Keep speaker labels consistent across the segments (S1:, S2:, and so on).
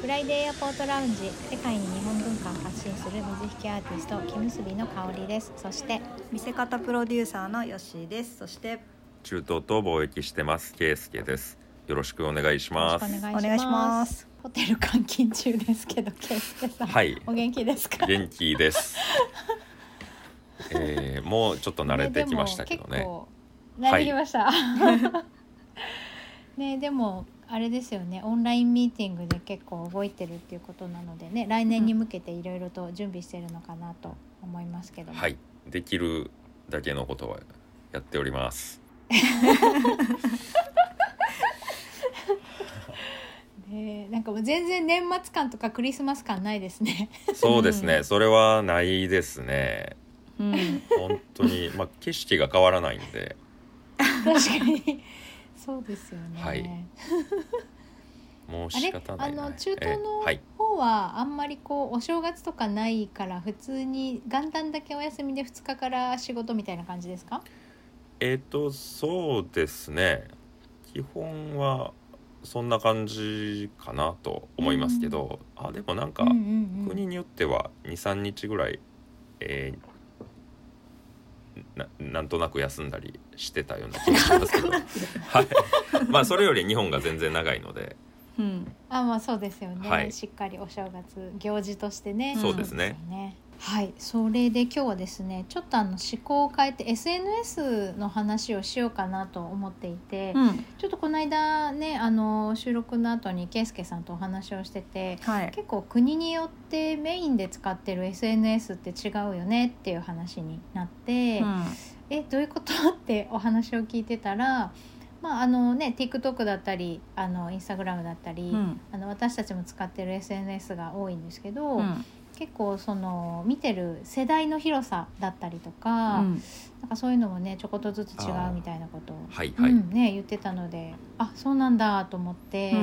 S1: フライデーエアポートラウンジ世界に日本文化を発信する水引きアーティスト木結びの香りですそして
S2: 見せ方プロデューサーのヨッシーですそして
S3: 中東と貿易してますケイスケですよろしくお願いし
S1: よろし
S3: ま
S1: く
S3: す
S1: お願
S2: お願
S1: い
S2: い
S1: し
S2: し
S1: ま
S2: ますす
S1: ホテル監禁中ですけど圭介さん、
S3: はい
S1: お元気ですか
S3: 元気です えー、もうちょっと慣れてきましたけど
S1: で
S3: ね
S1: も結構慣れてきました、 ねでもあれですよねオンラインミーティングで結構動いてるっていうことなのでね来年に向けていろいろと準備してるのかなと思いますけども、
S3: はいできるだけのことはやっております
S1: ねなんかもう全然年末感とかクリスマス感ないですね
S3: そうです
S2: う
S3: ね
S2: ん
S3: それはないですね
S2: うん、
S3: 本当にまあ景色が変わらないんで
S1: 確かにそうですよね、
S3: はいもう
S1: あ
S3: 仕
S1: れ
S3: 方な
S1: あ
S3: いな
S1: の中東
S3: えー
S1: の
S3: はい
S1: 方はあんまりこうお正月とかないから普通に元旦だけお休みで2日から仕事みたいな感じですか
S3: えっ、とそうですね基本はそんな感じかなと思いますけど、あでもなんか、
S1: うんうんうん
S3: 国によっては23日ぐらい、えーななんとなく休んだりしてたような気がします けど、 はい、まあそれより日本が全然長いので
S2: うん、
S1: あまあそうですよね、
S3: はい
S1: しっかりお正月行事としてね
S2: そうです
S3: ね
S1: そうですよねはいそれで今日はですねちょっとあの思考を変えて SNS の話をしようかなと思っていて、
S2: うん、
S1: ちょっとこの間ねあの収録の後に圭介さんとお話をしてて
S2: はい
S1: 結構国によってメインで使ってる SNS って違うよねっていう話になって、
S2: うん
S1: えどういうことってお話を聞いてたら、まああのね、TikTok だったりあの Instagram だったり、
S2: うん
S1: あの私たちも使ってる SNS が多いんですけど、
S2: うん
S1: 結構その見てる世代の広さだったりとか,、
S2: うん
S1: なんかそういうのもねちょこっとずつ違うみたいなことを、
S3: はいはい、
S1: うんね、言ってたのであそうなんだと思って。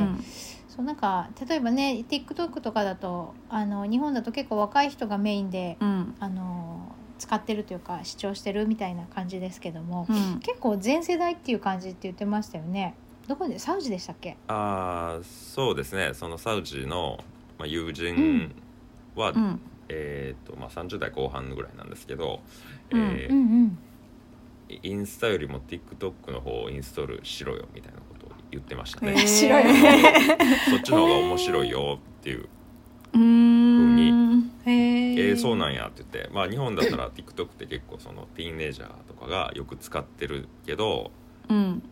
S1: そうなんか例えばね TikTok とかだとあの日本だと結構若い人がメインで、
S2: うん
S1: あの使ってるというか視聴してるみたいな感じですけども、
S2: うん
S1: 結構全世代っていう感じって言ってましたよねどこでサウジでしたっけ
S3: あーそうですねそのサウジの、まあ、友
S1: うん
S3: 人は、
S2: うん
S3: えーとまあ、30代後半ぐらいなんですけど、
S2: うん
S3: えー
S1: うんうん
S3: インスタよりも TikTok の方をインストールしろよみたいなことを言ってました
S2: へ
S3: ね
S2: ー。
S1: 白い
S3: そっちの方が面白いよっていう
S2: うーん
S1: へ
S3: えーそうなん
S1: や
S3: やって言って、まあ、日本だったら TikTok って結構そのティーンエイジャーとかがよく使ってるけど、
S2: うん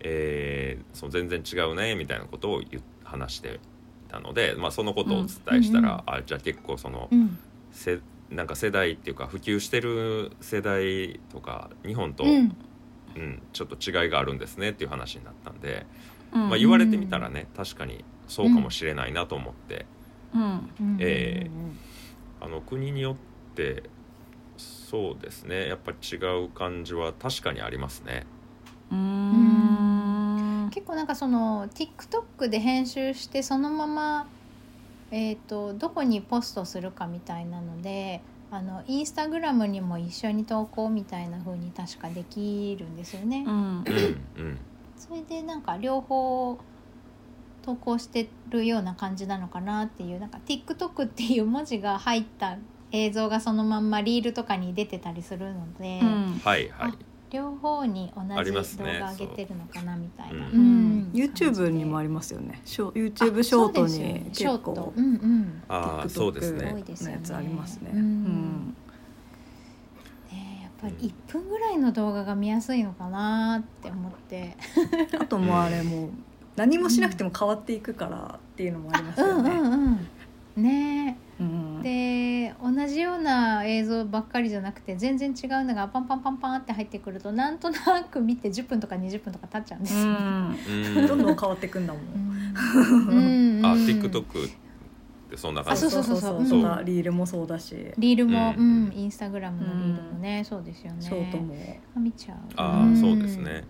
S3: えーその全然違うねみたいなことを言っ話してたので、まあ、そのことをお伝えしたら、あじゃあ結構その、
S1: うん
S3: せなんか世代っていうか普及してる世代とか日本と、
S1: うん
S3: うんちょっと違いがあるんですねっていう話になったんで、
S2: うん
S3: まあ、言われてみたらね確かにそうかもしれないなと思って。
S2: うん
S1: うん
S3: えーあの国によってそうですねやっぱ違う感じは確かにありますね
S2: うーん
S1: 結構なんかその TikTok で編集してそのまま、えー、とどこにポストするかみたいなのであのインスタグラムにも一緒に投稿みたいな風に確かできるんですよね。
S2: うん
S3: うんうん
S1: それでなんか両方投稿してるような感じなのかなっていうなんか TikTok っていう文字が入った映像がそのまんまリールとかに出てたりするので、
S2: うん
S3: はいはい
S1: 両方に
S3: あ
S1: 同じ
S3: り
S1: 動
S3: ますね
S1: 画上げてるのかなみたいな。
S3: そ
S2: う
S3: ううん
S2: YouTube にもあ
S1: り
S2: りますよねショ YouTube ショートに結
S1: ショート
S2: 構
S1: うんうん
S3: ああそうです
S1: 多
S3: ね
S1: いですよ
S2: の
S1: ね
S2: やつありますね
S1: う
S2: うんん
S1: ねえやっぱり一分ぐらいの動画が見やすいのかなって思って、
S2: あともうあれもう何もしなくても変わっていくからっていうのもあります
S1: うん
S2: よ
S1: う
S2: ね
S1: んうんね
S2: うん
S1: えで同じような映像ばっかりじゃなくて全然違うのがパンパンパンパンって入ってくるとなんとなく見て10分とか20分とか経っちゃうんですよ、
S3: うん
S2: どんどん変わっていくんだも
S1: うんんう ん
S3: あ TikTok ってそんな感
S1: あ
S3: じ
S1: そうそうそう
S2: そううんそうだリールもそうだし
S1: リールも、う
S3: うんん
S1: インスタグラムのリールもね、そうですよね
S2: ショートも
S1: 見ちゃう
S3: あ
S1: ん
S3: あそうですね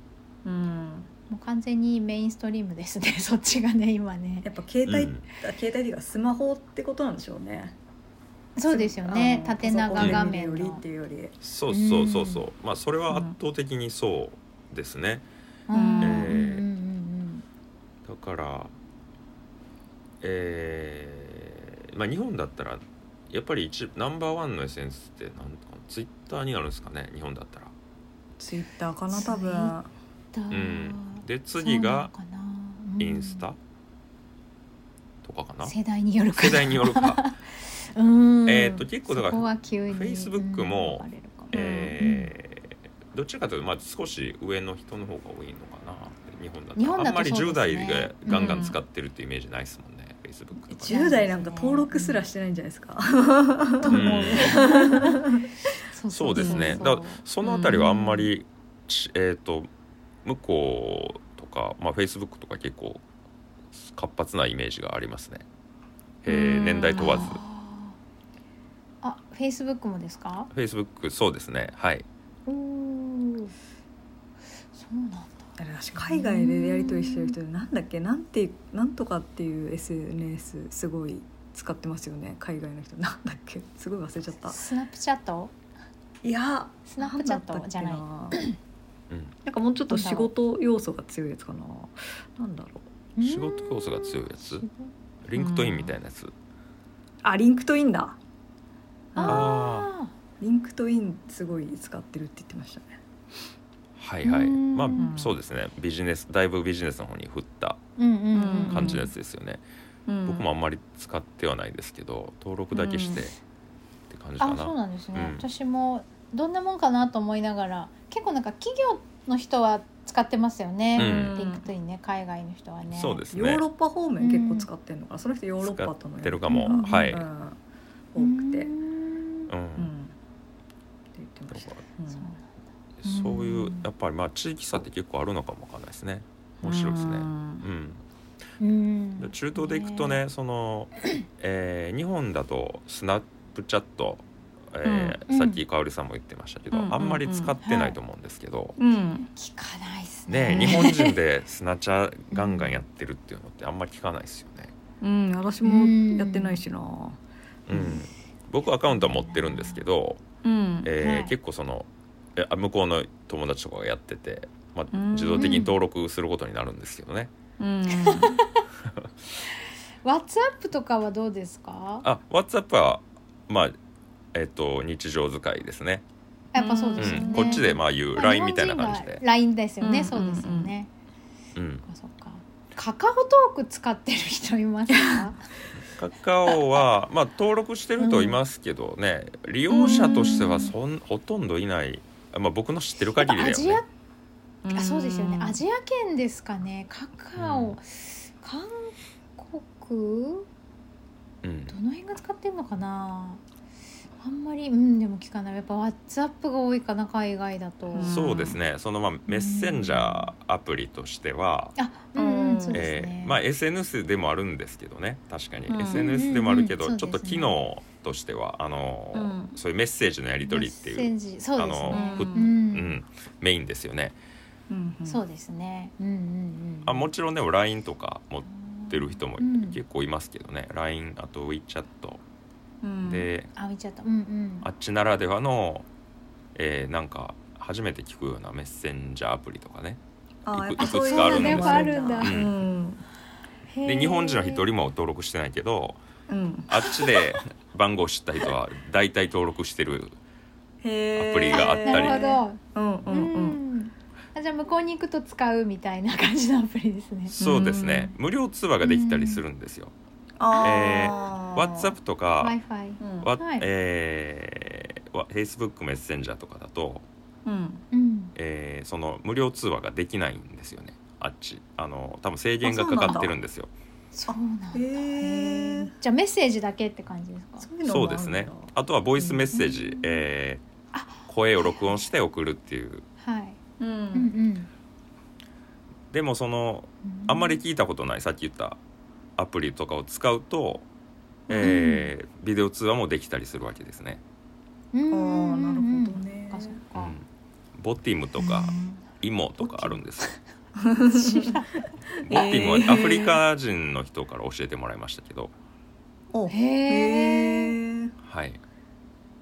S2: うん
S1: もう完全にメインストリームですねそっちがね今ね
S2: やっぱ携帯
S3: うん
S2: あ携帯っていうかスマホってことなんでしょうね
S1: そうですよね
S2: あの
S1: 縦長画面
S2: パソコンで見るより
S1: の
S2: っていうより
S3: そうそうそうそうまあそれは圧倒的にそうですね
S1: うんうん
S3: え
S1: う
S3: ー
S1: んうん
S3: だからえーまあ、日本だったらやっぱり一ナンバーワンの SNS ってなんかツイッターになるんですかね日本だったら。
S2: ツイッターかな多
S1: ツイッ
S2: 分
S1: だ
S3: うん、で次が
S1: そうなのかなうん
S3: インスタとかかな
S1: 世代によるかな
S3: 世代によるか。
S1: うん
S3: えーと結構だから
S1: そこは急に
S3: Facebook も
S1: うん分かれるかも
S3: えーどちらかというと、まあ、少し上の人の方が多いのかな日本だと
S1: 日本だと
S3: あんまり
S1: そうで
S3: 10
S1: す
S3: 代
S1: ね
S3: がガンガン使ってるってイメージないですもんね、Facebook とかね
S1: う
S2: 10代なんか登録すらしてないんじゃないです か、
S1: と思うそ
S3: そうですね
S1: そ
S3: だ
S1: うそう
S3: からそのあたりはあんまり、ちえっ、と向こうとか、まあ、Facebook とか結構活発なイメージがありますね、えー
S2: うん
S3: 年代問わず
S1: あーあ Facebook もですか
S3: Facebook そうですねはい
S1: おーそうなんだ
S2: あれ私海外でやり取りしてる人でなんだっけなんてなんとかっていう SNS すごい使ってますよね海外の人なんだっけすごい忘れちゃった
S1: スナップチャット
S2: いや
S1: スナップチャット
S2: なんだったっけ
S1: じゃない
S3: うん、
S2: なんかもうちょっと仕事要素が強いやつかななんだろう
S3: 仕事要素が強いやつリンクトインみたいなやつ、
S2: あリンクトインだ
S1: ああ
S2: リンクトインすごい使ってるって言ってましたね
S3: はいはいう
S1: ーん
S3: まあそうですねビジネスだいぶビジネスの方に振った
S1: うんうんうんうん
S3: 感じのやつですよね、僕もあんまり使ってはないですけど登録だけしてっ
S2: うん
S3: て感じか
S1: あそう
S3: な、
S1: なんですね、
S3: うん
S1: 私もどんなもんかなと思いながら結構なんか企業の人は使ってますよね、
S3: うん
S1: リンクトインね海外の人はね
S3: そうです
S2: ヨ
S3: ね
S2: ーロッパ方面結構使ってるのかな、その人ヨーロッパとのや
S3: 使っ
S2: り
S3: てるか
S1: う
S3: も
S1: ん
S3: はい、
S2: う
S3: うん
S2: ん
S1: うー
S2: 多くて、う
S1: ん
S2: ん
S3: う
S2: って言ってました、うん
S1: そう
S3: そういううんやっぱりまあ地域差って結構あるのかもわかんないですね面白いですね
S2: う
S3: うんん、
S1: うん
S3: で中東でいくとねその、えー日本だとスナップチャット、えー
S1: うん
S3: さっき香織さんも言ってましたけど、
S2: うん
S3: あんまり使ってないと思うんですけど、
S2: うん
S1: 聞かないですね
S3: ねえ日本人でスナチャガンガンやってるっていうのってあんまり聞かないですよね。
S2: うん、私もやってないしな
S3: うん、僕アカウントは持ってるんですけど、
S2: うん
S3: え
S1: は
S3: ー
S1: い
S3: 結構そのえあ向こうの友達とかがやってて、まあ、
S2: うん
S3: 自動的に登録することになるんですけどね。
S2: うん、
S1: WhatsApp とかはどうですか
S3: あ WhatsApp はまあえっ、と日常使いですね。
S1: やっぱそうですよね、
S3: うん、こっちでまあ言う
S1: まあ
S3: LINE みたいな感じ
S1: 日本人は
S3: で。
S1: LINE ですよね、
S2: うん
S1: そうですよね、
S3: うん、
S1: そっかそっかカカオトーク使ってる人いますか
S3: カカオはまあ登録してるといますけどね、利用者としてはそんほとんどいない。あまあ僕の知ってる
S1: やっ
S3: 限
S1: ぱ
S3: りだよ
S1: ア
S3: ね。
S1: ジア あそうですよねア
S2: ア
S1: ジア圏ですかねカカオ、
S3: うん
S1: 韓国
S3: うん
S1: どの辺が使ってんのかなあんまりうんでも聞かないやっぱ WhatsApp が多いかな海外だと、
S2: うん
S3: そうですねそのまあメッセンジャーアプリとしては、
S1: あうんう
S2: うんん
S1: そうですね
S3: え、ーまあ、SNS でもあるんですけどね確かに、
S2: うん
S3: SNS でもあるけど、
S1: うんうん
S3: ちょっと機能としてはあのー、
S2: うん
S3: そういうメッセージのやり取りって
S1: メ
S3: い
S1: ッ
S3: う、
S1: セージそうですね
S3: あの
S1: う、
S2: ふ
S3: うんん、メインですよね
S2: うんうん、
S1: そうですねうんうんうん
S3: あもちろんでも LINE とか持ってる人も
S1: うん
S3: 結構いますけどね、LINE あと WeChat
S2: うん、
S3: で、
S1: あ見ちゃったうんうん
S3: あっちならではの、えーなんか初めて聞くようなメッセンジャーアプリとかね
S2: あ
S3: いく
S2: やっぱそうう
S3: いくつかあるんですよ
S2: のが
S1: あ
S3: そううなん
S2: ん
S1: へ
S3: で
S1: ー
S3: 日本人の一人も登録してないけど
S2: うん、
S3: あっちで番号知った人は大体登録してる
S2: へー
S3: アプリがあったり
S1: なるほ
S2: うんう
S1: ど、
S2: んうん
S1: うんあじゃあ向こうに行くと使うみたいな感じのアプリですね
S3: そうですね、無料通話ができたりするんですよ。WhatsApp とか、
S1: Wi-Fi
S2: うん
S3: わ
S1: はい
S3: えーわ Facebook メッセンジャーとかだと、
S2: うん
S1: うん
S3: えーその無料通話ができないんですよねあっちあの多分制限がかかってるんですよ。
S1: そうなんだ
S2: へー
S1: へーじゃあメッセージだけって感じですか
S2: そうい
S3: そう
S2: うのもあるんだ
S3: ですねあとはボイスメッセージ、
S1: うん
S3: えー声を録音して送るっていう
S1: はい、う
S2: う
S1: ん
S2: ん
S3: でもその
S1: うん、
S3: あんまり聞いたことないさっき言ったアプリとかを使うと、えービデオ通話もできたりするわけですね。
S1: うん
S2: あ
S1: うん
S2: ー
S1: うん
S2: な
S1: う
S2: る
S1: ん
S2: ほどね
S1: そっかそっ
S3: う
S1: か、
S3: ん、ボティムとかイモとかあるんですよ。ボ
S2: らん
S3: ティム
S2: え
S3: は
S2: ー
S3: アフリカ人の人から教えてもらいましたけど、
S2: お
S1: へえ
S2: へえ
S3: はい、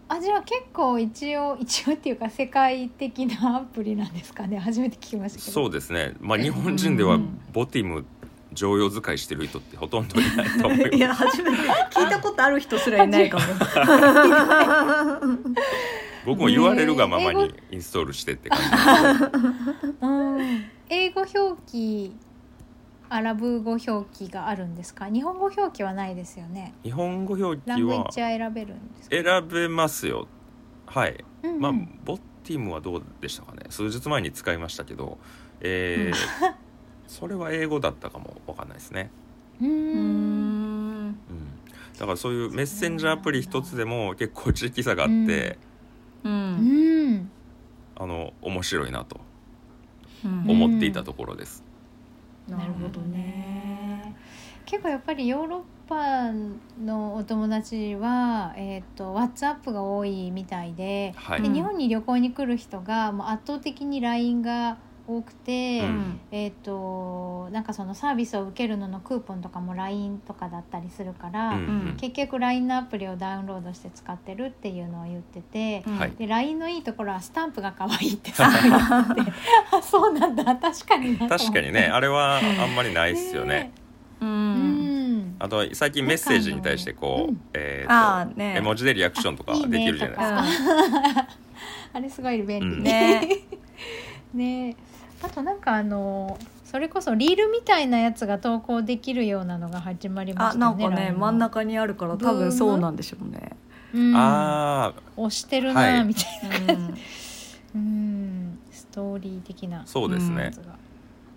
S1: あじゃあ結構一応一応っていうか世界的なアプリなんですかね初めて聞きましたけど
S3: そうですね。まあ日本人ではボティム常用使いしてる人ってほとんどいない と思う
S2: い
S3: よ
S2: や初めて聞いたことある人すらいない かも
S3: 僕も言われるがままにインストールしてって感じ
S1: うん、英語表記アラブ語表記があるんですか日本語表記はないですよね
S3: 日本語表
S1: ラ
S3: 記
S1: ングイッ
S3: は
S1: チは選べるんですか、
S3: 選べますよはい
S1: うんうん
S3: まあボッティムはどうでしたかね数日前に使いましたけどえー それは英語だったかもわかんないですね
S1: うー
S2: うー
S1: ん
S2: ん
S3: うん、だからそういうメッセンジャーアプリ一つでも結構地域差があって、
S1: う
S2: う
S1: んん
S3: あの面白いなと
S2: うん
S1: うん
S3: 思っていたところです。
S2: なるほどね
S1: 結構やっぱりヨーロッパのお友達は、えー、と WhatsApp が多いみたいで,、
S3: はい、
S1: で
S2: うん
S1: 日本に旅行に来る人がもう圧倒的に LINE が多くて、
S3: うん
S1: えー、となんかそのサービスを受けるののクーポンとかも LINE とかだったりするから、
S3: うんうん
S1: 結局 LINE のアプリをダウンロードして使ってるっていうのを言ってて、
S2: うん
S3: はい
S1: で LINE のいいところはスタンプが可愛いってす ごい言っててあそうなんだ確かになと思って
S3: 確かにねあれはあんまりないっすよね。
S1: ね
S2: う
S1: え
S2: ん
S1: うん
S3: あとは最近メッセージに対してこう、
S1: うん
S3: えー
S2: あ
S3: と
S2: あね
S3: 絵文字でリアクションとか
S1: いいね
S3: できるじゃないですか。
S1: あれすごい便利、
S3: うん
S2: ね
S1: ねあとなんかあのそれこそリールみたいなやつが投稿できるようなのが始まりま
S2: あ
S1: した
S2: な
S1: よ
S2: ん
S1: ね
S2: かね
S1: LINE の
S2: 真ん中にあるから多分そうなんでしょうね
S1: うん、
S3: ああ
S1: 押してる
S3: は
S1: ないみたいな、
S2: うん
S1: うんストーリー的な
S3: そうですね
S1: やつ。が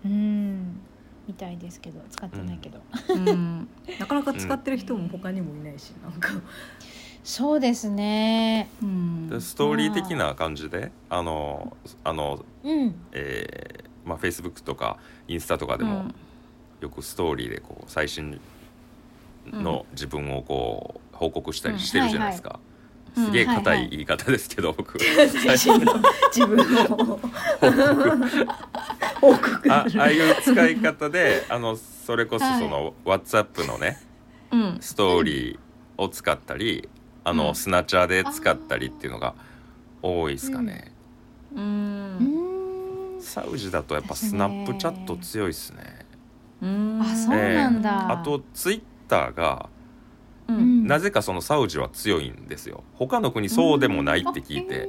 S1: うんみたいですけど使ってないけど、
S2: うんなかなか使ってる人も他にもいないしなんか
S1: そうですね
S2: うん
S3: でストーリー的な感じであのあの、
S1: うん
S3: えーまあ、Facebook とかインスタとかで
S2: う
S3: も
S2: ん
S3: よくストーリーでこう最新の自分をこう報告したりしてるじゃないですか。
S2: うん
S3: すげえ硬
S1: はいはい
S3: い言い方ですけど、僕
S2: 最新の自分を報告
S3: あ
S2: す
S3: ああ
S2: る
S3: いう使い方であのそれこそその、WhatsApp のね
S2: うん
S3: ストーリーを使ったり、あ
S2: うん
S3: のスナチャーで使ったりっていうのが多いですかね、
S2: う
S1: うんん
S3: サウジだとやっぱ
S1: です
S3: ス
S1: ね
S3: ナップチャット強いっすね
S2: うん
S1: あそう
S3: なん
S1: だ
S3: あとツイッターが
S2: う
S1: うん
S2: ん
S3: なぜかそのサウジは強いんですよ他の国そうでもないって聞いて、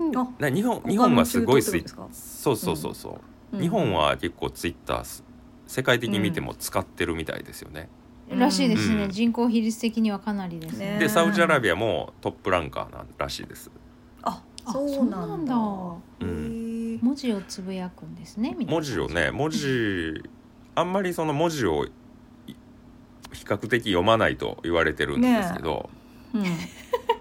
S1: うん
S2: あ
S3: な日本
S2: 他の
S3: 日本はすごい
S2: 中
S3: スイ
S2: 東ってことです
S3: そうそうそうそう、
S2: うん
S3: 日本は結構ツイッター世界的に見ても使ってるみたいですよね、
S1: らしいですね、
S3: うん
S1: 人口比率的にはかなりですね
S2: ねうん
S3: でサウジアラビアもトップランカーなんらしいです
S2: あ
S1: あ
S2: そうなんだ
S1: そう
S3: なんだ
S2: へえ
S1: 文字をつぶやくんですねみんな
S3: 文字をね文字あんまりその文字をい比較的読まないと言われてるんですけど、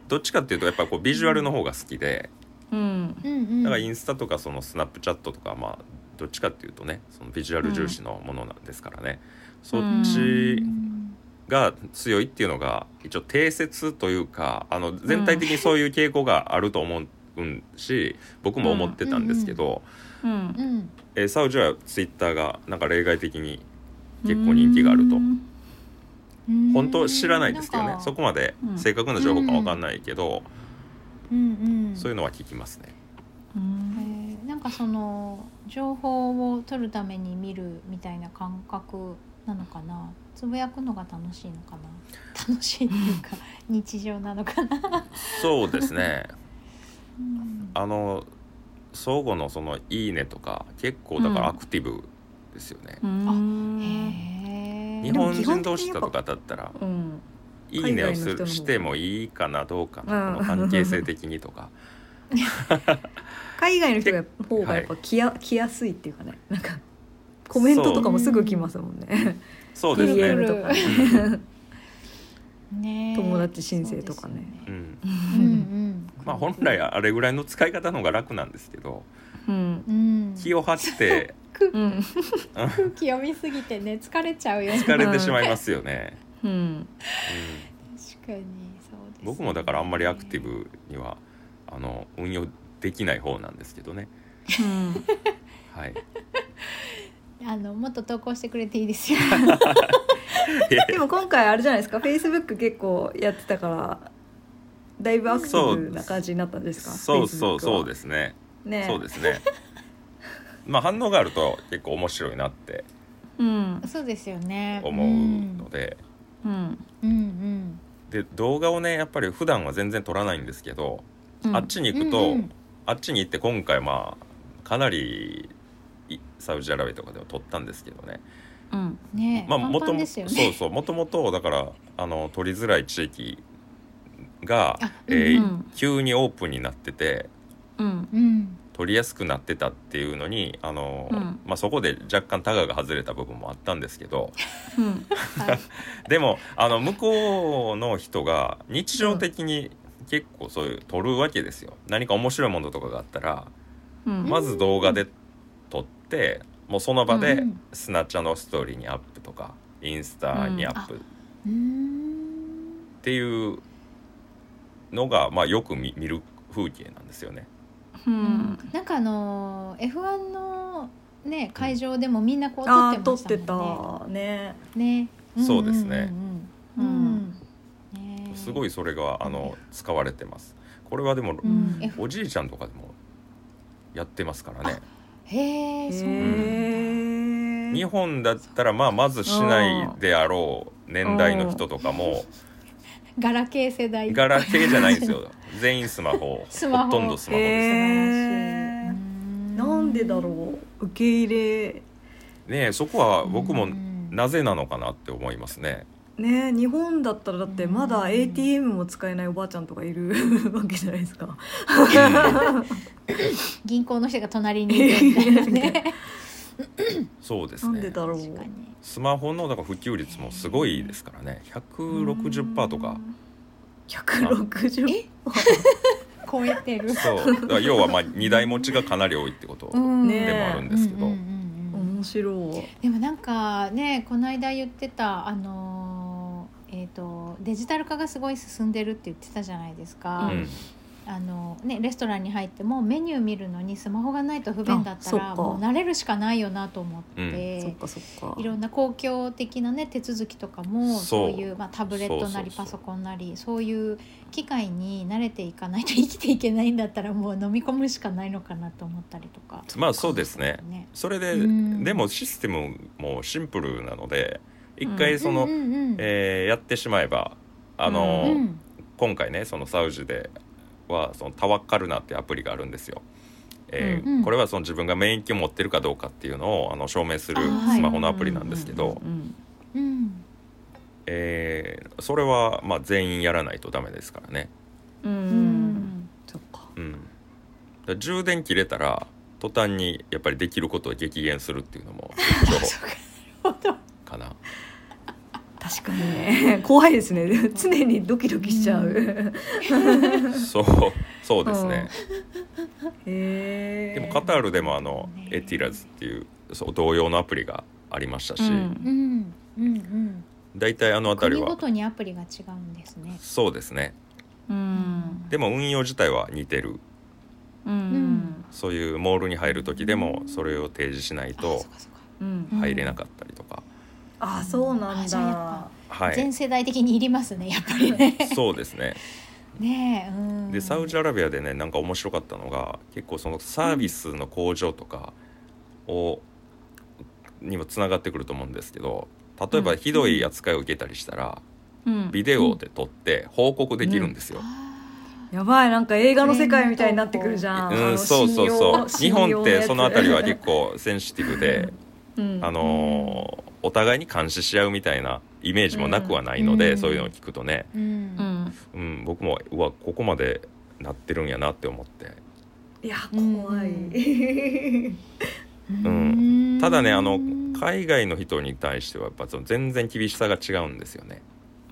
S3: どっちかっていうとやっぱこうビジュアルの方が好きで
S2: うんうん
S1: うんうん
S3: だからインスタとかそのスナップチャットとかまあどっちかっていうとねそのビジュアル重視のものなんですからね、そっち
S1: うん
S3: が強いっていうのが一応定説というかあの全体的にそういう傾向があると思ううんし僕も思ってたんですけど、
S2: うん
S1: うん
S3: えーサウジはツイッターがなんか例外的に結構人気があると
S2: うん
S1: うん
S3: 本当知らないですけど
S1: な
S3: ね
S1: んか
S3: そこまで
S2: うん
S3: 正確な情報かわかんないけど、
S1: うんうん
S3: そういうのは聞きますね。
S1: えーなんかその情報を取るために見るみたいな感覚なのかなつぶやくのが楽しいのかな楽しいっていう か日常なのかな、
S3: そうで すね
S1: うん
S3: あの相互のその「いいね」とか結構だからアクティブですよね。
S2: うん
S1: へー
S3: 日本人同士だとかだったら
S2: うん
S3: 「いいね」をす
S2: 海外の人の方が
S3: るしてもいいかなどうかな、
S2: うん
S3: この関係性的にとか
S2: 海外の人が方がやっぱ来や来やすいっていうかねなんかコメントとかもすぐ来ますもんね
S3: そうです
S1: 来る
S3: ね。
S2: DM とかね
S1: ねえ
S2: 友達申請とかね
S1: そうです
S3: う
S1: よ
S3: ん
S1: うんうん
S3: まあ、本来あれぐらいの使い方の方が楽なんですけど
S2: うん
S1: うん
S3: 気を張って
S1: 空
S2: うん
S1: 空気読みすぎてね疲れちゃうよね
S3: 疲れてしまいますよね。
S2: うん
S3: うん
S1: 確かにそうです、ね、
S3: 僕もだからあんまりアクティブにはあの運用できない方なんですけどね。
S2: うん
S3: はい。
S1: あのもっと投稿してくれていいです よ
S2: でも今回あれじゃないですか Facebook 結構やってたからだいぶアクティブな感じになったんですか
S3: そうそうそうですすね。
S2: ね
S3: そうですね。まあ反応があると結構面白いなって
S2: うん
S1: そうですよね
S3: 思うので,、
S2: うん
S1: うんうん
S3: で動画をねやっぱり普段は全然撮らないんですけど、
S2: うん
S3: あっちに行くと、あっちに行って今回まあかなりいサウジアラビアとかでは撮ったんですけどね
S2: うん
S1: ね
S3: まあ
S1: パン
S3: も
S1: パ
S3: と
S1: ン
S3: も
S1: ですよ
S3: そう
S1: ね
S3: そうもともとだからあの撮りづらい地域が
S1: あ、
S3: えー
S2: うんうん
S3: 急にオープンになってて
S2: うん
S1: うん
S3: 撮りやすくなってたっていうのにあの、
S2: うん
S3: まあ、そこで若干タガが外れた部分もあったんです けど
S2: うん
S1: はい
S3: でもあの向こうの人が日常的に結構そういう撮るわけですよ。何か面白いものとかがあったら
S2: うん
S3: まず動画で撮ってもうその場
S1: う
S3: で
S1: ん
S3: スナッチャーのストーリーにアップとかインスタにアップっ
S1: うーん
S3: ていうのが、まあ、よく見見る風景なんですよね。
S2: うん
S1: なんかあのー F1 のね会場でもみんなこう撮っ
S2: あ
S1: て
S2: ー撮
S1: ま
S2: っ
S1: してたもん
S2: たね
S1: ね。ね。
S3: そうですね
S1: うんうんうんうん。ね
S3: すごいそれがあの使われてます。これはでも、
S1: うん
S2: うん
S1: F
S3: おじいちゃんとかでもやってますからね。
S1: へえ、そうなんだ。
S2: へ
S3: 日
S2: え
S3: 本だったらまあまずしないであろう年代の人とかも
S1: ガラケー世代。
S3: ガラケーじゃないんですよ全員スマホ
S1: スマホ
S3: ほとんどスマホ で
S1: 素晴らしい。
S3: す
S2: へー
S1: う
S2: なんでだろう受け入れ
S3: ねえそこは僕も
S1: うん
S3: なぜなのかなって思いますね
S2: ね日本だったらだってま
S1: う
S2: だ
S1: ん
S2: ATM も使えないおばあちゃんとかいる わけじゃないですか。
S1: 銀行の人が隣にいるみたいなね。
S3: そうです
S2: なんで
S3: ね
S2: だろう。
S1: 確かに。
S3: スマホのだから普及率もすごいですからね160%とか。
S2: 160%。
S1: 超えてる。
S3: そうだから要はまあ2台持ちがかなり多いってこと
S1: うん
S2: ね
S3: でもあるんですけど
S1: うんうんうんうん
S2: 面白い。
S1: でもなんかねこの間言ってたあのーえっ、とデジタル化がすごい進んでるって言ってたじゃないですか。
S3: うん
S1: あのねレストランに入ってもメニュー見るのにスマホがないと不便だった
S2: あそっ
S1: ら
S2: か
S1: もう慣れるしかないよなと思って。
S2: そっかそっか。
S1: いろんな公共的なね手続きとかも
S3: そ
S1: そうういう、まあ、タブレットなり
S3: そうそうそ
S1: パ
S3: う
S1: ソコンなりそういう機械に慣れていかないと 生きていけないんだったらもう飲み込むしかないのかなと思ったりとか。
S3: まあそうですね
S1: ね
S3: それで
S1: うん
S3: でもシステムもシンプルなので一回その
S1: うんうんうん
S3: えーやってしまえばあの
S1: う
S3: ー
S1: ん
S3: 今回ねそのサウジではそのタワッカルナってアプリがあるんですよ。えー
S1: うんうん
S3: これはその自分が免疫を持ってるかどうかっていうのをあの証明す
S1: あ
S3: る
S1: ー
S3: スマホのアプリなんですけど、
S2: うん
S1: うん
S3: えーそれはまあ全員やらないとダメですからね、
S2: うんうんうん。う
S1: うんん
S2: そっか。
S3: うん、だから充電切れたら途端にやっぱりできることを激減するっていうのも必要
S1: そうかなるほど
S3: かな
S2: 確かにね。 怖いですね。常にドキドキしちゃう。
S3: そうそうですね、
S2: へえ。
S3: でもカタールでもあの
S1: ね
S3: エティラズっていうそう同様のアプリがありました
S2: う
S3: し、
S1: う
S2: ん
S1: んうんうん
S3: 大体あの辺り
S1: 国ご
S3: は
S1: とにアプリが違うんですね。
S3: そうですね
S2: うん。
S3: でも運用自体は似てる
S2: うん。
S3: そういうモールに入る時でもそれを提示しない
S1: あ
S3: と
S1: そうかそうか
S2: うん。
S3: 入れなかったりとか、
S2: あ、そうな
S1: あ
S2: ん
S1: じゃあや
S2: だ。
S3: は
S1: 全
S3: い
S1: 世代的にいりますねやっぱり ね。
S3: そうですね
S1: ねえうん。
S3: でサウジアラビアでねなんか面白かったのが結構そのサービスの向上とかをにもつながってくると思うんですけど例えばひどい扱いを受けたりしたら
S2: うん。
S3: ビデオで撮って報告できるんですよ。
S1: あ
S2: やばいなんか映画の世界みたいになってくるじゃん。
S3: う
S2: あの
S3: ん、そうそうそう
S2: 信
S3: 日
S2: 用
S3: 本ってその辺りは
S2: 信
S3: 結構センシティブで
S2: 用のやつうん
S3: あのーお互いに監視し合うみたいなイメージもなくはないので、
S1: うん
S3: そういうのを聞くとね、
S1: ーうん
S2: う。ん
S3: うん、僕もうわここまでなってるんやなって思って
S2: いや
S1: うん
S2: 怖い。
S1: うん
S3: ただねあの海外の人に対してはやっぱその全然厳しさが違うんですよね。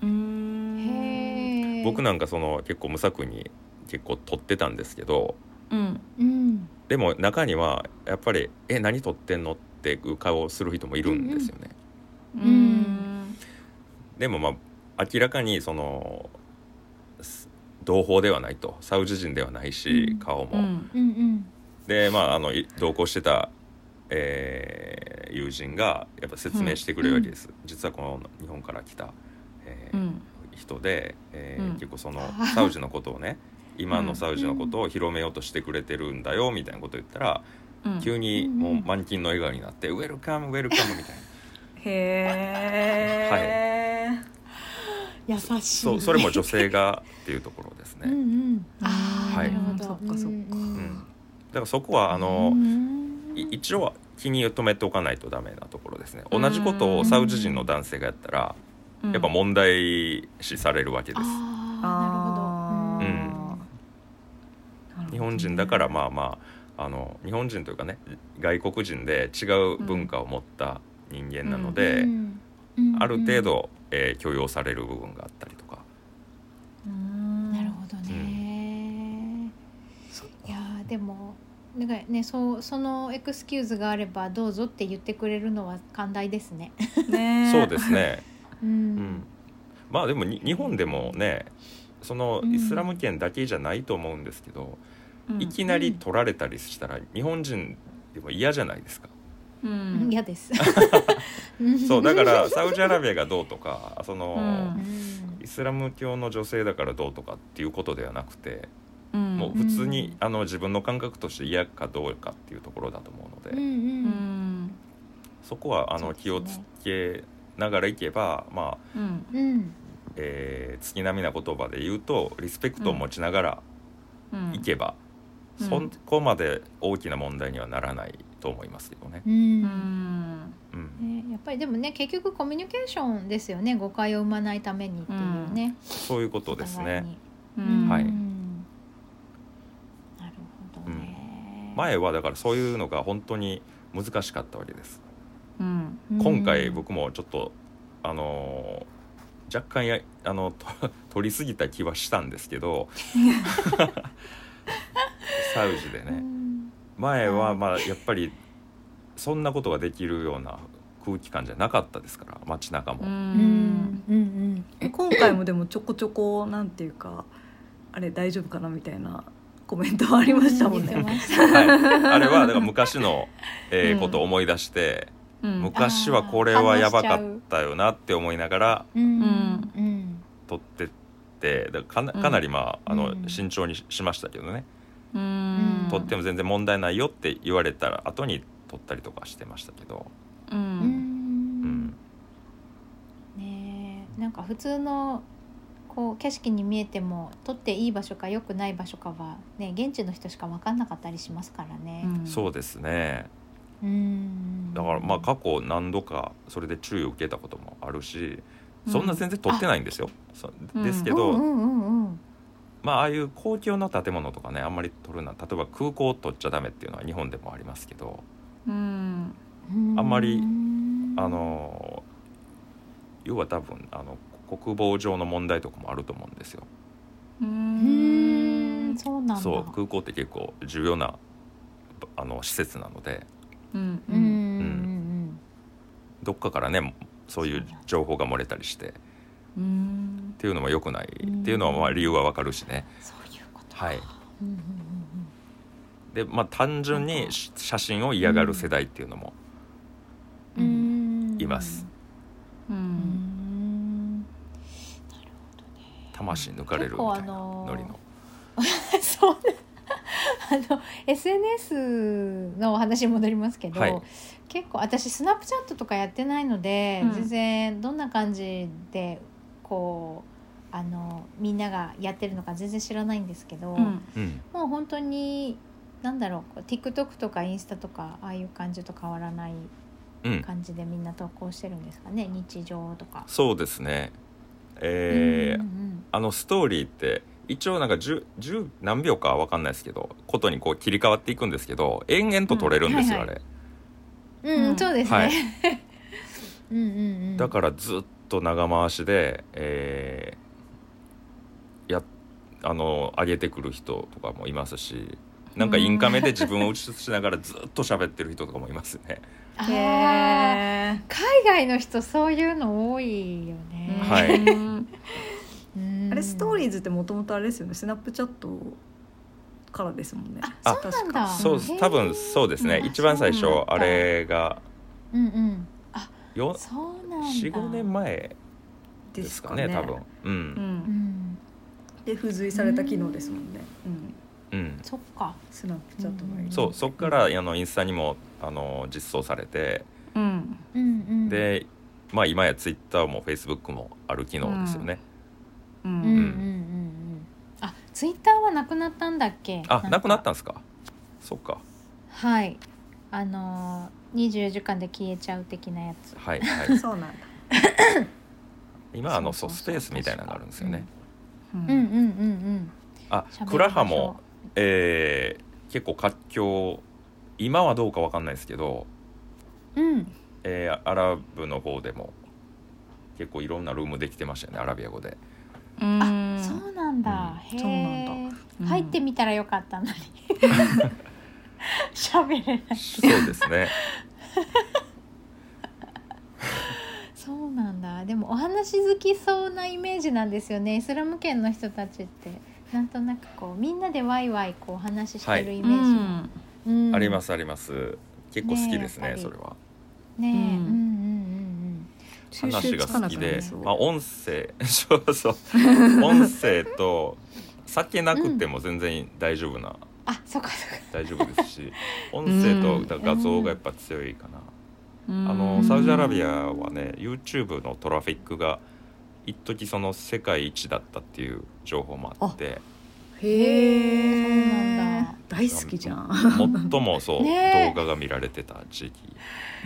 S2: うん。
S1: へえ。
S3: 僕なんかその結構無策に結構撮ってたんですけど
S2: うん。
S1: うん
S3: でも中にはやっぱり「え何撮ってんの?」っていう顔をする人もいるんですよね。
S2: うん。
S3: でもまあ明らかにそのす同胞ではないとサウジ人ではないし、
S1: うん
S3: 顔も。
S2: うん。
S1: うんうん。
S3: でまああのい同行してた、えー友人がやっぱ説明してくれるわけです、実はこの日本から来た、えー
S2: うん。
S3: 人で、えー
S2: うん
S3: 結 構その
S1: あー
S3: サウジのことをね今のサウジのことを広めようとしてくれてるんだよみたいなこと言ったら、
S2: うん。
S3: 急に
S1: うん
S3: もう満金の笑顔になって「ウェルカムウェルカム」みたいな
S2: へえ、
S1: 優しい、ね、
S3: そうそれも女性がっていうところです
S1: うんう
S3: ね。
S1: んああ、
S3: はい
S1: なるほど
S2: そっか
S1: うんう
S2: そっか
S3: うんん、だからそこはあの、
S1: うん
S3: い一応は気に留めておかないとダメなところですね。同じことをサウジ人の男性がやったら、
S2: うん
S3: やっぱ問題視されるわけです。
S1: ああなるほど
S2: あーなるほどね
S3: 日本人だからまあまああの日本人というかね外国人で違う文化を持った人間なので、
S1: うんうん
S3: ある程度、えー許容される部分があったりとか、
S2: うん
S1: なるほどね、いやーでもだからねそうそのエクスキューズがあればどうぞって言ってくれるのは寛大ですね。
S2: ね
S3: そうですすね、
S1: う
S3: うんん、まあでもに日本でもねその
S1: うん
S3: イスラム圏だけじゃないと思うんですけど、いきなり取られたりしたら日本人でも嫌じゃないですか。
S2: うん
S1: 嫌です。
S3: そうだから サウジアラビアがどうとかその、
S1: う
S2: うん
S1: ん
S3: イスラム教の女性だからどうとかっていうことではなくて、
S2: うん
S3: もう普通に、あの自分の感覚として嫌かどうかっていうところだと思うの
S1: うんう
S3: で、
S1: ん
S3: そこはあ
S1: そう
S3: の
S1: ですね
S3: 気をつけながらいけば、まあ
S2: うん
S1: うん
S3: えー月並みな言葉で言うとリスペクトを持ちながら
S2: うん
S3: いけば、
S2: うん
S3: そんこまで大きな問題にはならないと思いますけどね。
S1: う
S2: うんん
S3: うん、
S1: ねやっぱりでもね結局コミュニケーションですよね誤解を生まないためにっていうね。
S3: そういうことです
S1: お互い
S3: ね。
S1: に
S2: うん
S3: はい
S1: うんなるほどね。
S3: 前はだからそういうのが本当に難しかったわけです。
S2: うん
S1: うん
S3: 今回僕もちょっとあのー若干やあのと 取りすぎた気はしたんです けどサウジで
S1: う
S3: ね
S1: ん
S3: 前
S1: は
S3: はいまあやっぱりそんなことができるような空気感じゃなかったですから街中
S2: う
S3: も、
S1: うん
S2: ん
S1: うん
S2: 今回もでもちょこちょこなんていうかあれ大丈夫かなみたいなコメントはありましたも
S1: 言
S2: ん
S1: って
S2: ね。
S1: ました
S3: はい、あれはだから昔の、えー
S2: うん
S3: ことを思い出して
S2: うん
S3: 昔はこれはやばかったよなって思いながら
S1: うんうん
S3: 撮ってってだからかなかなりまあ,、あ
S1: う
S3: の
S1: ん
S3: 慎重にししましたけどね。
S2: うん
S3: 取っても全然問題ないよって言われたら後に取ったりとかしてましたけど、
S2: う
S1: うん
S3: うん
S1: んねえなんか普通のこう景色に見えても撮っていい場所か良くない場所かはね現地の人しか分かんなかったりしますからね。
S3: そう
S2: だ
S3: ですね
S1: うん
S3: だからまあ過去何度かそれで注意を受けたこともあるしそんな全然取ってないんですよ、そ
S2: うん
S3: ですけ
S1: うん
S3: ど、
S1: うんうんうん
S3: まあああいう公共の建物とかねあんまり取るな例えば空港を取っちゃダメっていうのは日本でもありますけど
S2: うん
S1: うん
S3: あんまりあの要は多分あの国防上の問題とかもあると思うんですよ。
S2: う
S1: うんんそうなんだ
S3: そう空港って結構重要なあの施設なので。
S2: うん
S1: うんうん
S3: どっかからねそういう情報が漏れたりしてっ
S2: うん
S3: ていうのも良くないっ
S1: うん
S3: ていうのはまあ理由はわかるしね
S1: う。んそういうことか
S3: はい、
S1: うんうん
S3: でまあ単純にし写真を嫌がる世代っていうのも
S1: うんうんうん
S3: います。
S2: う
S1: うんんな るほどね
S3: 魂抜かれる
S1: 結
S3: み
S1: 構あ
S3: たいな
S1: のー
S3: ノリの。
S1: そう あの SNS のお話に戻りますけど、
S3: はい
S1: 結構私スナップチャットとかやってないので、
S2: うん
S1: 全然どんな感じでこうあのみんながやってるのか全然知らないんですけど、
S2: うん
S3: うん
S1: もう本当に何だろうこう TikTok とかインスタとかああいう感じと変わらない
S3: うん、
S1: 感じでみんな投稿してるんですかね日常とか。
S3: そうですね。えー
S1: うんうん
S3: あのストーリーって一応なんか 10, 10何秒かわかんないですけどことにこう切り替わっていくんですけど延々と撮れるんですよ、
S1: うんはい
S3: あれ。
S1: うんうん
S2: うん
S1: そうですね。
S3: はい
S1: うんうんうん、
S3: だからずっと長回しで、えーやあの上げてくる人とかもいますしなんかインカメで自分を映しながらずっと喋ってる人とかもいますね。
S1: あー
S2: へ
S1: 海外の人そういうの多いよね。
S2: ー
S3: はい
S2: うん
S1: うん
S2: あれストーリーズってもともとあれですよねスナップチャットからですもんね
S1: あ
S2: 確か
S1: そうなんだ
S3: そうです多分そうですね
S1: うん
S3: 一番最
S1: そ
S3: 初
S1: うなんだ
S3: あれが
S1: うんうん。あ、
S3: よ
S1: そうなんだ。
S3: 45年前で
S2: です
S3: かね多分。う
S2: うん
S1: うんん。
S2: で付随された機能ですもんねうん
S3: うん
S1: そっか。
S2: スナップチャットがいい
S3: そうそっからあのインスタにもあの実装されて
S2: うん
S1: うんうん。
S3: でまあ今やツイッターもフェイスブックもある機能ですよね、
S1: う
S2: う
S1: んうんうん
S2: ん
S1: うんあツイッターはなくなったんだっけ
S3: あなくなったたんですかそっか
S1: はいあのー、24時間で消えちゃう的なやつ
S3: は いはい
S2: そうなんだ、
S3: 今あの
S1: そ
S3: そうう
S1: そう
S3: ス
S1: そう
S3: ペースみたいなのがあるんですよね、
S2: うん
S1: うんうんうんうん
S3: あ
S1: 喋りましょう
S3: クラハもえー結構活況今はどうかわかんないですけど、
S1: うん
S3: えーアラブの方でも結構いろんなルームできてましたよねアラビア語で
S1: あそうなんだ、
S2: うん
S1: へ
S2: そう
S1: え
S2: なんだうん
S1: 入ってみたらよか ったのに喋れない
S3: そうですね
S1: そうなんだでもお話好きそうなイメージなんですよねイスラム圏の人たちってなんとなくこうみんなでワイワイこうお話ししてるイメージ、うん
S3: ありますあります結構好きです
S1: ねえやっぱり
S3: ねそれは
S1: ねえ、うん、うん
S2: う
S1: うん
S2: ん
S1: うん
S2: 収
S3: 話
S2: 集つ
S3: が
S2: か
S3: 好
S2: なく
S3: き
S2: な
S3: で
S2: りそう
S3: まあ、音声 そうそう音声と酒なくても全然大丈夫な、
S1: あそっかそっか
S3: 大丈夫です し音声とだ画像がやっぱ強いかな、あのサウジアラビアはね YouTube のトラフィックが一時その世界一だったっていう情報もあって
S2: へえ
S1: そうなんだ
S2: 大好きじゃん
S3: 最もそう、
S1: ねえ
S3: 動画が見られてた地域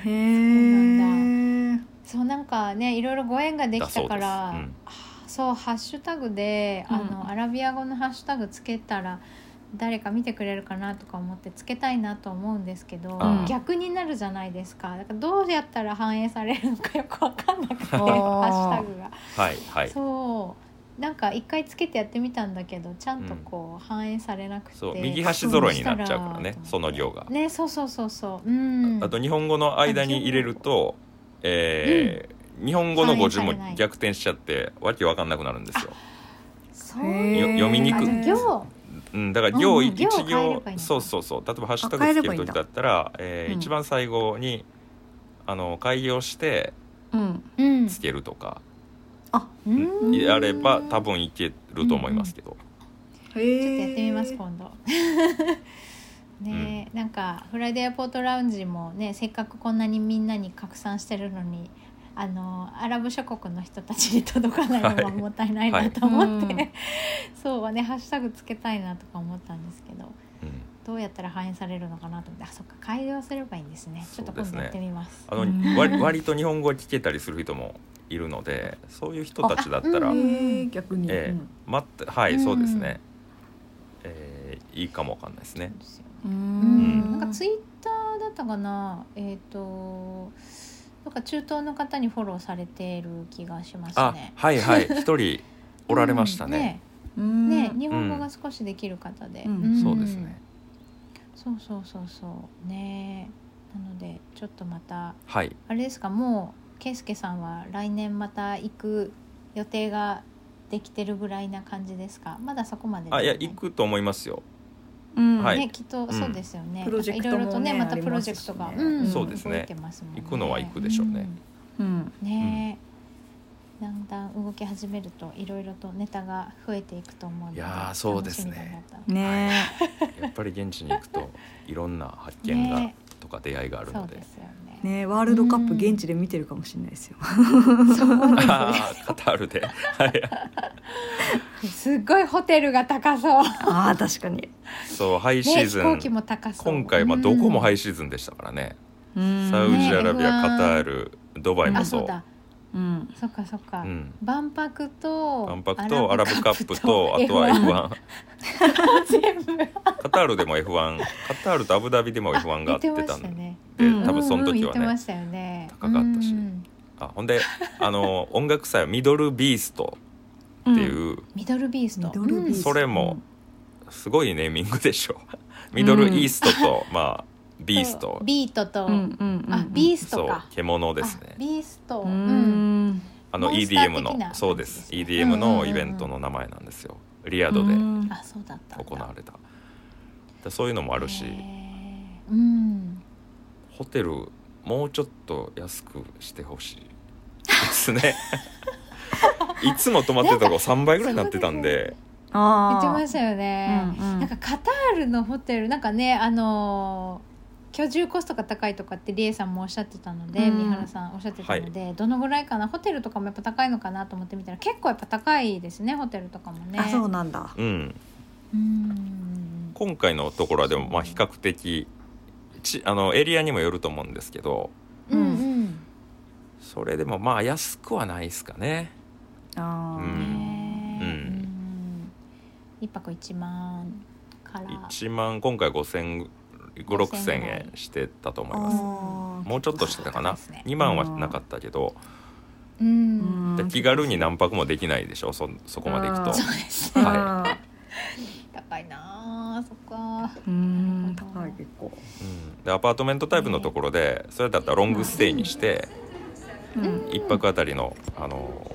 S2: へ
S1: な
S2: え
S1: そうなんかねいろいろご縁がで
S3: だ
S1: き
S3: そ
S1: た
S3: う
S1: か
S3: です、
S1: ら
S3: うん
S1: そうハッシュタグで、あ
S2: うん
S1: のアラビア語のハッシュタグつけたら誰か見てくれるかなとか思ってつけたいなと思うんですけど
S3: あ
S2: ー
S1: 逆になるじゃないですかだからどうやったら反映されるのかよくわかんなくて
S2: あー
S1: ハッシュタグが。
S3: はいはい
S1: そうなんか一回つけてやってみたんだけどちゃんとこう反映されなくて、
S3: そう右端揃いになっちゃうから
S1: ど
S3: ね
S1: した
S3: その量が
S1: ねそうそうそうそううん
S3: あと日本語の間に入れると、えー日本語の語順も
S1: 反映されない
S3: 逆転しちゃってわけわかんなくなるんですよ。
S1: そう
S2: へ
S3: よ読みにくい
S1: あじゃあ行
S3: うん、だから行
S1: うん
S3: 一
S1: 行を変えれ
S3: 行
S1: ばいいのか
S3: そうそうそう例えばハッシュタ
S2: あ変え
S3: グ
S2: れ
S3: つけ
S2: ば
S3: る
S2: いいん
S3: 時
S2: だ
S3: だったら、えー
S2: うん
S3: 一番最後にあの開業して
S2: うん
S1: うん
S3: つけるとか
S1: うん
S3: やれば多分いけると思いますけど、
S1: ちょっとやってみます今度。 ねえ、なんかフライデーアポートラウンジもねせっかくこんなにみんなに拡散してるのにあのアラブ諸国の人たちに届かないのは
S3: はい
S1: もったいないなと思って、
S2: はい
S1: そうはねハッシュタグつけたいなとか思ったんですけど
S3: うん
S1: どうやったら反映されるのかなと思ってあそっか改良すればいいんですねちょっと
S3: そうで
S1: 今度
S3: すね
S1: やってみます。
S3: あの
S2: うん
S3: 割割と日本語を聞けたりする人もいるのでそういう人たちだった
S1: あ
S3: ら、
S1: うんうん
S2: へえ逆にう
S3: え
S2: ん
S3: ー待ってはい、
S1: うん
S3: そうですね、えーいいかもわかんないですね。
S1: そうですよね
S2: うん
S1: なんかツイッターだったかな、えっ、と。なんか中東の方にフォローされてる気がします
S3: あ
S1: ね。
S3: はいはい一人おられましたね。
S1: うん。ね
S2: ね
S1: ね日本語が少しできる方で、
S2: うん
S3: そうですね。。
S1: そうそうそうそう、ね。なので、ちょっとまた、
S3: はい。
S1: あれですか、もう、けいすけさんは来年また行く予定が。できてるぐらいな感じですか。まだそこまででは
S3: あ
S1: ない
S3: や行くと思いますよ。
S2: うん
S3: はい
S1: ね、きっとそうですよね。
S2: うんプロジェクト
S1: なん
S2: も
S1: かいろ
S2: ね
S1: いろとね、またプロジェクトが、
S2: ありますしね
S1: うん、
S2: そう
S3: ですね
S1: 動いてますもんね
S3: 行くのは行くでしょうね。
S2: うん
S1: うんねえ、だんだん動き始めるといろいろとネタが増えていくと思うので、
S3: いやーそうですね
S1: 楽しみ
S2: ね
S3: やっぱり現地に行くといろんな発
S1: だ
S3: 見
S1: な
S3: が
S1: ね
S3: とか出会いがあ
S1: え
S3: る
S1: そ
S3: の
S1: う
S3: で
S1: で。すよね。
S2: ねワールドカップ現地で見てるかもしれないですよ
S1: そうです
S3: あーカタールで。はい。
S1: すっごいホテルが高 そう。ね、
S2: あー確かに
S3: そうハイシー
S1: 飛
S3: ズ
S1: 行機
S3: ン。
S1: も高そう。
S3: 今回はどこもハ
S1: い
S3: イシーズンでしたからね。
S2: うん
S3: サウジアラビア、
S1: ね
S3: カタール、ドバイ
S2: ビ
S1: あ、
S3: も
S1: そ
S3: そう
S1: だ
S3: う。。
S2: うん
S1: そっかそっか。
S3: うん。
S1: 万博と
S3: 万博とアラブカップとあとは F1
S1: F1 全部
S3: カタールでも F1 カタールとアブダビでも F1 が出てたんで、
S1: ね。
S2: うん
S3: 多分その時は
S1: うんう
S3: ね
S1: ん言ってましたよね。
S3: 高かったし
S1: うん
S3: あほんであの音楽祭はミドルビーストっていう、
S1: ミドルビースト。
S2: ミドルビースト
S3: それもすごいネーミングでしょミドルイーストと、まあビース
S1: そう
S3: ト
S1: ビートと、
S2: うんうんうんうん
S1: あビース
S3: そ
S1: ト
S3: う
S1: か
S3: 獣ですね
S1: あビースト、
S2: う
S1: うん
S2: ん
S3: あの
S1: モンスター
S3: EDM
S1: 的な
S3: のそうです
S1: 感じですね
S3: EDM のイベントの名前なんですよ、リアドで
S2: うん
S1: あそうだったんだ
S3: 行われた、だそういうのもあるし、
S1: へーうん
S3: ホテルもうちょっと安くしてほしいですねいつも泊まってたとこ3倍ぐらいになってたんで
S1: 言って
S2: あ
S1: ま
S2: ー
S1: したよね、
S2: うんうん
S1: なんかカタールのホテルなんかねあのー居住コストが高いとかって理恵さんもおっしゃってたので、
S2: うん
S1: 三原さんおっしゃってたので、どのぐらいかなホテルとかもやっぱ高いのかなと思ってみたら結構やっぱ高いですねホテルとかもね。
S2: あそうなんだ
S3: うん、
S1: うん
S3: 今回のところはでもまあ比較的ちあのエリアにもよると思うんですけど
S1: うんうん
S3: それでもまあ安くはないですかね
S2: あー、
S3: う
S1: ね
S3: ん
S1: え
S3: うん
S1: うん一泊一万から
S3: 1万今回5 0 0 0 5 6 0 0 0円してたと思います
S2: あー
S3: もうちょっとしてたかな、
S1: そうですね
S3: 2万はなかったけど、
S1: う
S2: うん
S1: ん
S3: で気軽に何泊もできないでしょそそこまで行くと
S2: あ
S1: そう
S2: ー
S1: です
S3: は
S1: ね
S3: い
S2: あ
S1: 高いなあそっか
S2: ーうーん高い結構
S3: うんでアパートメントタイプのところでそれだったらロングステイにして
S2: うん
S1: うん
S3: 1泊あたりのあの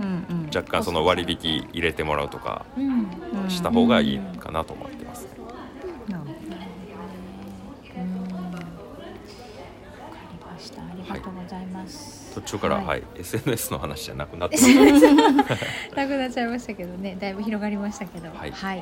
S2: うんうん
S3: 若干その割引入れてもらうとか
S1: うん
S2: うん
S3: した方がいいかなと思ってます、
S2: なん
S1: うんわかりましたありがとうございます、
S3: 途中から、はい
S1: い
S3: SNS の話じゃなくなってます
S1: なく なっちゃいましたけどねだいぶ広がりましたけど
S3: はい
S1: はい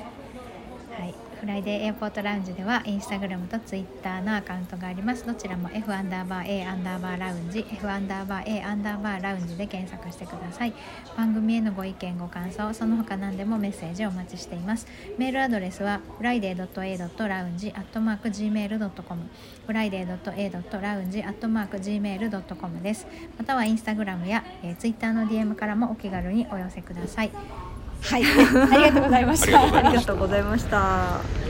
S1: はいフライデーエアポートラウンジではインスタグラムとツイッターのアカウントがありますどちらも F アンダーバー A アンダーバーラウンジ F アンダーバー A アンダーバーラウンジで検索してください番組へのご意見ご感想その他何でもメッセージをお待ちしていますメールアドレスは friday.a.lounge.gmail.com friday.a.lounge.gmail.com ですまたはインスタグラムや、えー、ツイッターの DM からもお気軽にお寄せくださいはいありがとうございま
S3: ありがとうございま
S2: あ
S3: す
S2: りがとうございました。